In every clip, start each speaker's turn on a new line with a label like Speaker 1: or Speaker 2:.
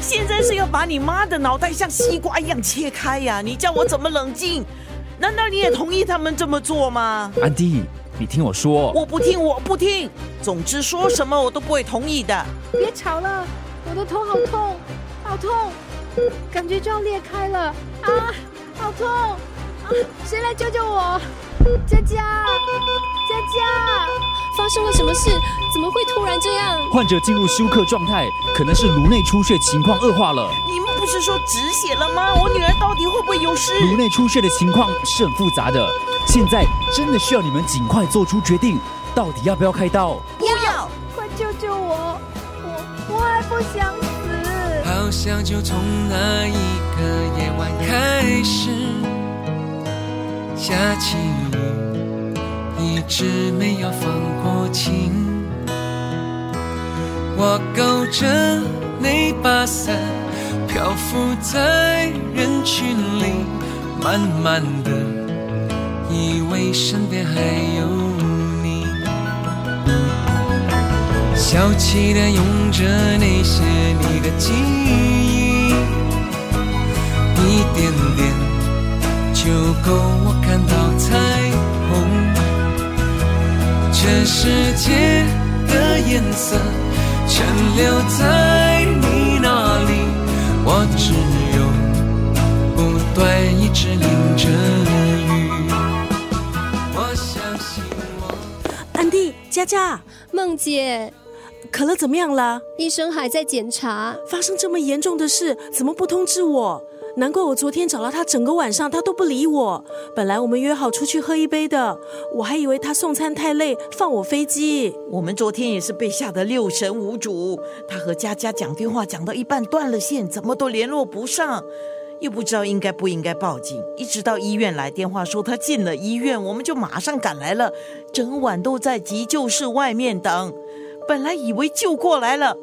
Speaker 1: 现在是要把你妈的脑袋像西瓜一样切开呀、你叫我怎么冷静？难道你也同意他们这么做吗？
Speaker 2: 安迪，你听我说，
Speaker 1: 我不听，我不听。总之说什么我都不会同意的。
Speaker 3: 别吵了，我的头好痛，好痛，感觉就要裂开了啊，好痛啊！谁来救救我？佳佳，佳佳，
Speaker 4: 发生了什么事？怎么会突然这样？
Speaker 2: 患者进入休克状态，可能是颅内出血情况恶化了。
Speaker 1: 你们不是说止血了吗？我女儿到底会不会有事？
Speaker 2: 颅内出血的情况是很复杂的，现在真的需要你们尽快做出决定，到底要不要开刀？
Speaker 1: 不要！
Speaker 3: 快救救我！我我还不想死。
Speaker 5: 好像就从那一个夜晚开始，下起雨，一直没有放过晴。我勾着那把伞，漂浮在人群里，慢慢的，以为身边还有你。小气的用着那些你的记忆，一点点就够我看到彩虹。全世界的颜色全留在你那里，我只有不断一直淋着雨。我相信我。
Speaker 6: 安迪、佳佳，
Speaker 4: 梦姐，
Speaker 6: 可乐怎么样啦？
Speaker 4: 医生还在检查，
Speaker 6: 发生这么严重的事，怎么不通知我？难怪我昨天找到他整个晚上，他都不理我。本来我们约好出去喝一杯的，我还以为他送餐太累，放我飞机。
Speaker 1: 我们昨天也是被吓得六神无主。他和佳佳讲电话讲到一半断了线，怎么都联络不上，又不知道应该不应该报警。一直到医院来电话说他进了医院，我们就马上赶来了，整晚都在急救室外面等。本来以为救过来了，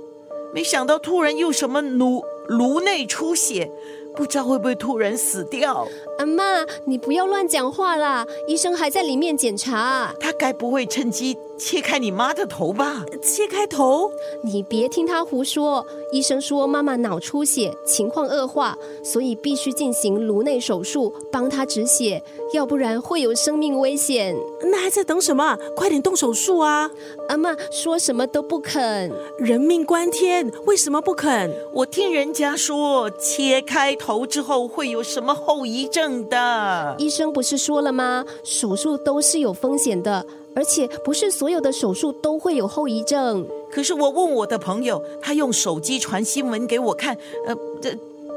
Speaker 1: 没想到突然又什么颅颅内出血，不知道会不会突然死掉。
Speaker 4: 阿妈，你不要乱讲话啦，医生还在里面检查，
Speaker 1: 他该不会趁机切开你妈的头吧？
Speaker 6: 切开头，
Speaker 4: 你别听他胡说。医生说妈妈脑出血，情况恶化，所以必须进行颅内手术帮她止血，要不然会有生命危险。
Speaker 6: 那还在等什么？快点动手术啊！
Speaker 4: 阿妈说什么都不肯，
Speaker 6: 人命关天，为什么不肯？
Speaker 1: 我听人家说，切开头之后会有什么后遗症的？
Speaker 4: 医生不是说了吗？手术都是有风险的，而且不是所有的手术都会有后遗症。
Speaker 1: 可是我问我的朋友，他用手机传新闻给我看，呃，这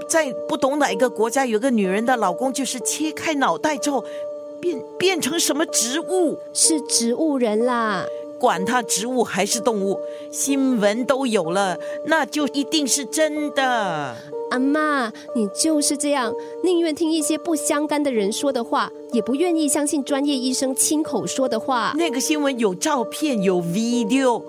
Speaker 1: 在不懂哪一个国家，有个女人的老公就是切开脑袋之后，变变成什么植物，
Speaker 4: 是植物人啦。
Speaker 1: 管他植物还是动物，新闻都有了，那就一定是真的。
Speaker 4: 阿妈，你就是这样，宁愿听一些不相干的人说的话，也不愿意相信专业医生亲口说的话。
Speaker 1: 那个新闻有照片，有 video，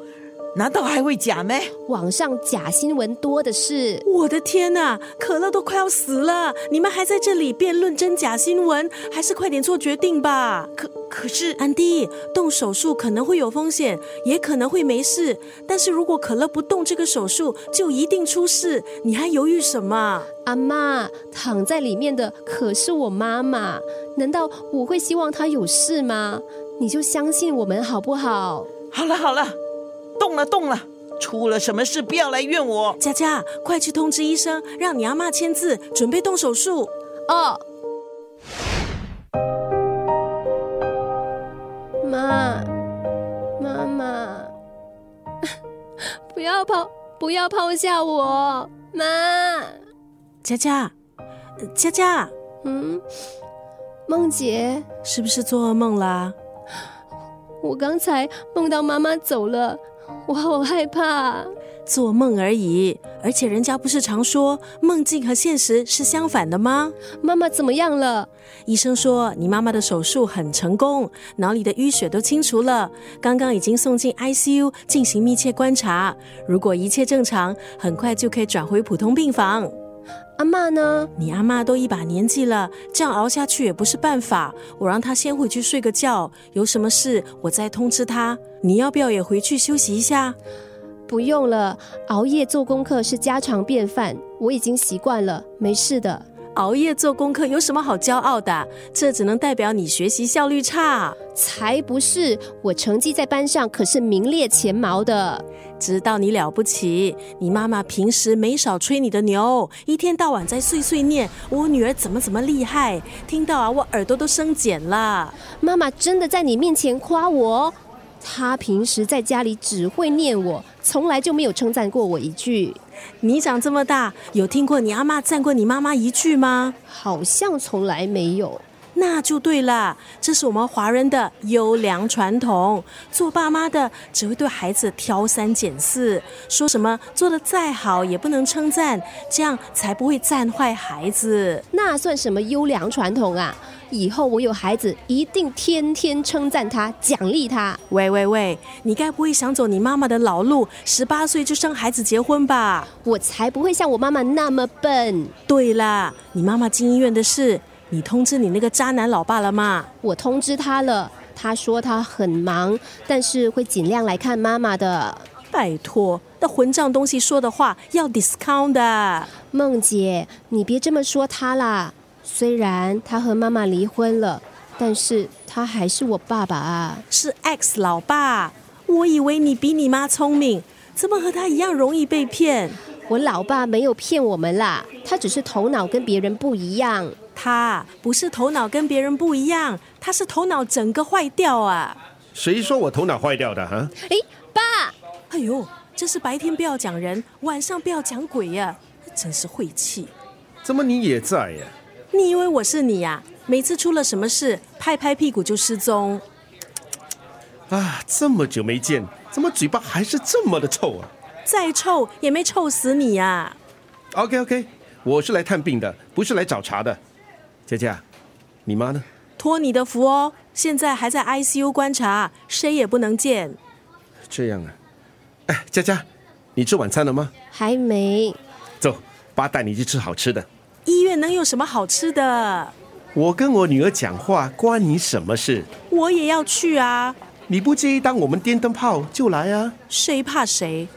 Speaker 1: 难道还会假咩？
Speaker 4: 网上假新闻多的是，
Speaker 6: 我的天呐，可乐都快要死了，你们还在这里辩论真假新闻，还是快点做决定吧。
Speaker 1: 可可是
Speaker 6: 安迪，动手术可能会有风险，也可能会没事。但是如果可乐不动这个手术，就一定出事。你还犹豫什么？
Speaker 4: 阿妈躺在里面的可是我妈妈，难道我会希望她有事吗？你就相信我们好不好？
Speaker 1: 好了好了，动了动了，出了什么事不要来怨我。
Speaker 6: 佳佳，快去通知医生，让你阿妈签字，准备动手术。
Speaker 4: 哦，妈，妈妈， 不要抛，不要抛下我，妈。
Speaker 6: 佳佳，呃佳佳，
Speaker 4: 嗯，梦姐，
Speaker 6: 是不是做噩梦啦？
Speaker 4: 我刚才梦到妈妈走了，我好害怕。
Speaker 6: 做梦而已，而且人家不是常说梦境和现实是相反的吗？
Speaker 4: 妈妈怎么样了？
Speaker 6: 医生说你妈妈的手术很成功，脑里的淤血都清除了，刚刚已经送进 ICU 进行密切观察。如果一切正常，很快就可以转回普通病房。
Speaker 4: 阿妈呢？
Speaker 6: 你阿妈都一把年纪了，这样熬下去也不是办法。我让她先回去睡个觉，有什么事我再通知她。你要不要也回去休息一下？
Speaker 4: 不用了，熬夜做功课是家常便饭，我已经习惯了，没事的。
Speaker 6: 熬夜做功课有什么好骄傲的啊？这只能代表你学习效率差。
Speaker 4: 才不是，我成绩在班上可是名列前茅的。
Speaker 6: 知道你了不起，你妈妈平时没少吹你的牛，一天到晚在碎碎念我女儿怎么怎么厉害，听到啊我耳朵都生茧了。
Speaker 4: 妈妈真的在你面前夸我哦，她平时在家里只会念我，从来就没有称赞过我一句，
Speaker 6: 你长这么大，有听过你阿妈赞过你妈妈一句吗？
Speaker 4: 好像从来没有。
Speaker 6: 那就对啦，这是我们华人的优良传统。做爸妈的只会对孩子挑三拣四，说什么做的再好也不能称赞，这样才不会赞坏孩子。
Speaker 4: 那算什么优良传统啊！以后我有孩子，一定天天称赞他，奖励他。
Speaker 6: 喂喂喂，你该不会想走你妈妈的老路，十八岁就生孩子结婚吧？
Speaker 4: 我才不会像我妈妈那么笨。
Speaker 6: 对啦，你妈妈进医院的事，你通知你那个渣男老爸了吗？
Speaker 4: 我通知她了，她说她很忙，但是会尽量来看妈妈的。
Speaker 6: 拜托，那混账东西说的话要 discount 的。
Speaker 4: 梦姐，你别这么说她啦。虽然她和妈妈离婚了，但是她还是我爸爸啊。
Speaker 6: 是 X 老爸。我以为你比你妈聪明，怎么和他一样容易被骗？
Speaker 4: 我老爸没有骗我们啦，他只是头脑跟别人不一样。
Speaker 6: 他不是头脑跟别人不一样，他是头脑整个坏掉啊！
Speaker 7: 谁说我头脑坏掉的啊？
Speaker 4: 诶，爸，
Speaker 6: 哎呦，这是白天不要讲人，晚上不要讲鬼呀、真是晦气！
Speaker 7: 怎么你也在呀、
Speaker 6: 你以为我是你呀、每次出了什么事，拍拍屁股就失踪。
Speaker 7: 啊？这么久没见，怎么嘴巴还是这么的臭啊
Speaker 6: 再臭也没臭死你呀、
Speaker 7: ？OK OK，我是来探病的，不是来找茬的。佳佳，你妈呢？
Speaker 6: 托你的福哦，现在还在 ICU 观察，谁也不能见。
Speaker 7: 这样啊？哎，佳佳，你吃晚餐了吗？
Speaker 4: 还没。
Speaker 7: 走，爸带你去吃好吃的。
Speaker 6: 医院能有什么好吃的？
Speaker 7: 我跟我女儿讲话，关你什么事？
Speaker 6: 我也要去啊，
Speaker 7: 你不介意当我们电灯泡就来啊！
Speaker 6: 谁怕谁？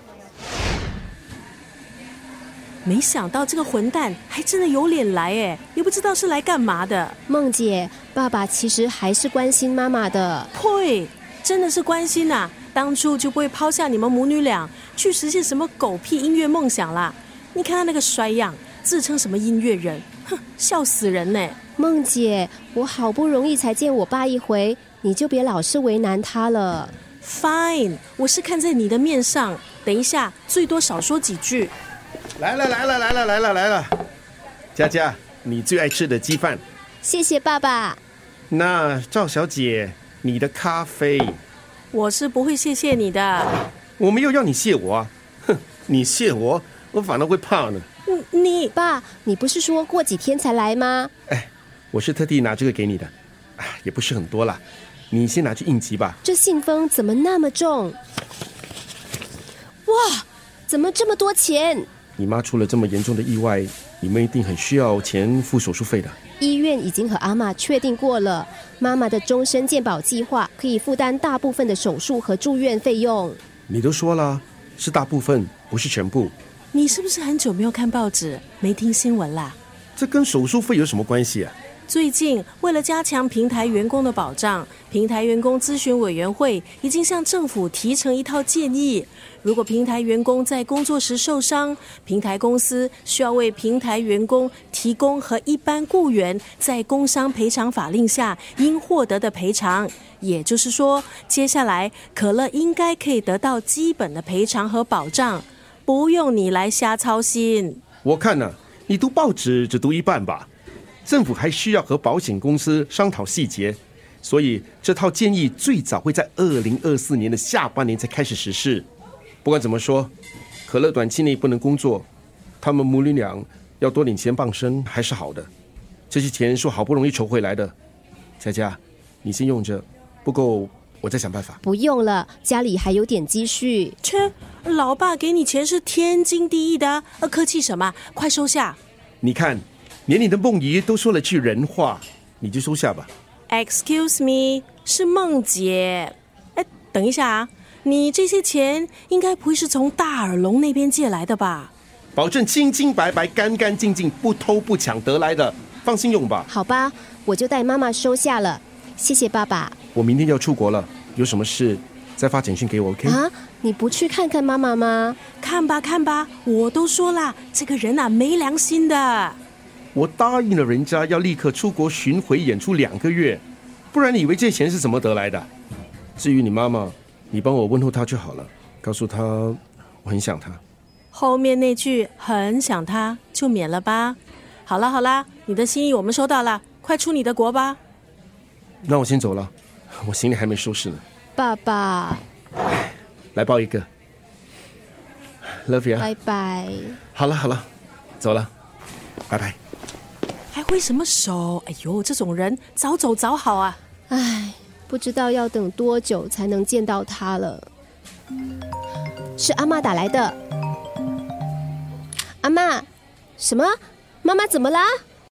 Speaker 6: 没想到这个混蛋还真的有脸来哎，也不知道是来干嘛的。
Speaker 4: 梦姐，爸爸其实还是关心妈妈的。
Speaker 6: 呸，真的是关心呐、当初就不会抛下你们母女俩去实现什么狗屁音乐梦想啦。你看他那个衰样，自称什么音乐人，哼，笑死人呢。
Speaker 4: 梦姐，我好不容易才见我爸一回，你就别老是为难他了。
Speaker 6: Fine，我是看在你的面上，等一下最多少说几句。
Speaker 7: 来了来了来了来了来了，佳佳，你最爱吃的鸡饭。
Speaker 4: 谢谢爸爸。
Speaker 7: 那赵小姐，你的咖啡，
Speaker 6: 我是不会谢谢你的，
Speaker 7: 我没有要你谢我啊， 哼，你谢我，我反而会怕呢。
Speaker 6: 你你
Speaker 4: 爸，你不是说过几天才来吗？
Speaker 7: 哎我是特地拿这个给你的，啊，也不是很多啦，你先拿去应急吧。
Speaker 4: 这信封怎么那么重？哇，怎么这么多钱？
Speaker 7: 你妈出了这么严重的意外，你们一定很需要钱付手术费的。
Speaker 4: 医院已经和阿妈确定过了，妈妈的终身健保计划可以负担大部分的手术和住院费用。
Speaker 7: 你都说了，是大部分，不是全部，
Speaker 6: 你是不是很久没有看报纸，没听新闻啦？
Speaker 7: 这跟手术费有什么关系啊？
Speaker 6: 最近，为了加强平台员工的保障，平台员工咨询委员会已经向政府提成一套建议：如果平台员工在工作时受伤，平台公司需要为平台员工提供和一般雇员在工伤赔偿法令下应获得的赔偿。也就是说，接下来可乐应该可以得到基本的赔偿和保障，不用你来瞎操心。
Speaker 7: 我看呢、你读报纸只读一半吧。政府还需要和保险公司商讨细节，所以这套建议最早会在二零二四年的下半年才开始实施。不管怎么说，可乐短期内不能工作，他们母女俩要多点钱傍身还是好的。这些钱是我好不容易筹回来的，佳佳，你先用着，不够我再想办法。
Speaker 4: 不用了，家里还有点积蓄。
Speaker 6: 切，老爸给你钱是天经地义的啊，呃客气什么？快收下
Speaker 7: 你看，连你的梦怡都说了句人话，你就收下吧。
Speaker 6: ！Excuse me，是梦姐。哎，等一下啊，你这些钱应该不会是从大耳聋那边借来的吧？
Speaker 7: 保证清清白白、干干净净、不偷不抢得来的，放心用吧。
Speaker 4: 好吧，我就代妈妈收下了，谢谢爸爸。
Speaker 7: 我明天就要出国了，有什么事再发简讯给我，OK？
Speaker 4: 啊，你不去看看妈妈吗？
Speaker 6: 看吧看吧，我都说啦，这个人啊没良心的。
Speaker 7: 我答应了人家要立刻出国巡回演出两个月，不然你以为这钱是怎么得来的？至于你妈妈，你帮我问候她就好了，告诉她我很想她。
Speaker 6: 后面那句很想他，就免了吧。好啦好啦，你的心意我们收到了，快出你的国吧。
Speaker 7: 那我先走了，我行李还没收拾呢。
Speaker 4: 爸爸，
Speaker 7: 来抱一个，love you 啊。
Speaker 4: 拜拜。
Speaker 7: 好了好了，走了，拜拜。
Speaker 6: 还挥什么手？哎呦，这种人早走早好啊！
Speaker 4: 唉，不知道要等多久才能见到他了。是阿妈打来的。阿妈，什么？妈妈怎么啦？